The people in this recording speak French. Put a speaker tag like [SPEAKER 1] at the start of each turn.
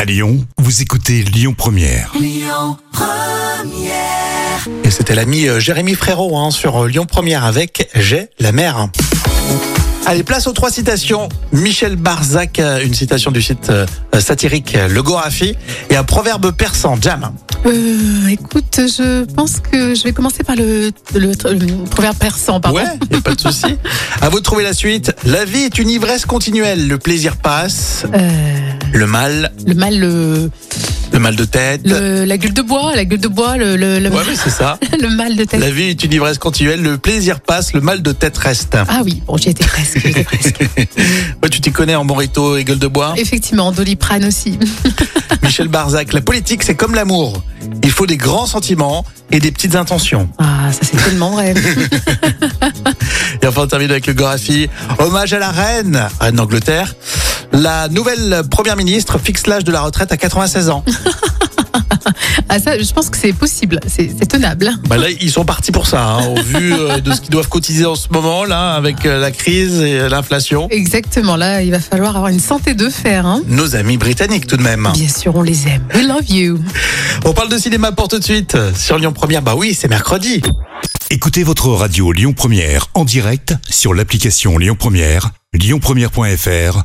[SPEAKER 1] À Lyon, vous écoutez Lyon Première.
[SPEAKER 2] Et c'était l'ami euh, Jérémy Frérot hein, sur euh, Lyon Première avec J'ai la mer. Allez, place aux trois citations. Michel Barzac, euh, une citation du site euh, satirique euh, Le Gorafi, et un proverbe persan, Jam.
[SPEAKER 3] Euh, écoute, je pense que je vais commencer par le, le, le proverbe persan, pardon.
[SPEAKER 2] Ouais, y a pas de souci. À vous de trouver la suite. La vie est une ivresse continuelle. Le plaisir passe,
[SPEAKER 3] Euh,
[SPEAKER 2] le mal,
[SPEAKER 3] le mal, le,
[SPEAKER 2] le mal de tête.
[SPEAKER 3] le- la gueule de bois, la gueule de bois, le, le, le-
[SPEAKER 2] Ouais, mais c'est ça.
[SPEAKER 3] le mal de tête.
[SPEAKER 2] La vie est une ivresse continuelle. Le plaisir passe, le mal de tête reste.
[SPEAKER 3] Ah oui, bon, j'y étais presque. j'y étais presque.
[SPEAKER 2] Ouais, tu t'y connais en morito et gueule de bois.
[SPEAKER 3] Effectivement, Doliprane aussi.
[SPEAKER 2] Michel Barzac, la politique, c'est comme l'amour. Il faut des grands sentiments et des petites intentions.
[SPEAKER 3] Ah, ça c'est tellement vrai.
[SPEAKER 2] Et enfin, on termine avec le Gorafi. Hommage à la reine, reine d'Angleterre. La nouvelle première ministre fixe l'âge de la retraite à 96 ans.
[SPEAKER 3] Ah ça, je pense que c'est possible, c'est c'est tenable.
[SPEAKER 2] Bah là, ils sont partis pour ça, hein, au vu euh, de ce qu'ils doivent cotiser en ce moment, là, avec euh, la crise et euh, l'inflation.
[SPEAKER 3] Exactement, là, il va falloir avoir une santé de fer. Hein.
[SPEAKER 2] Nos amis britanniques, tout de même.
[SPEAKER 3] Bien sûr, on les aime. We love you.
[SPEAKER 2] On parle de cinéma pour tout de suite. Sur Lyon Première, bah oui, c'est mercredi.
[SPEAKER 1] Écoutez votre radio Lyon Première en direct sur l'application Lyon Première, lyonpremière.fr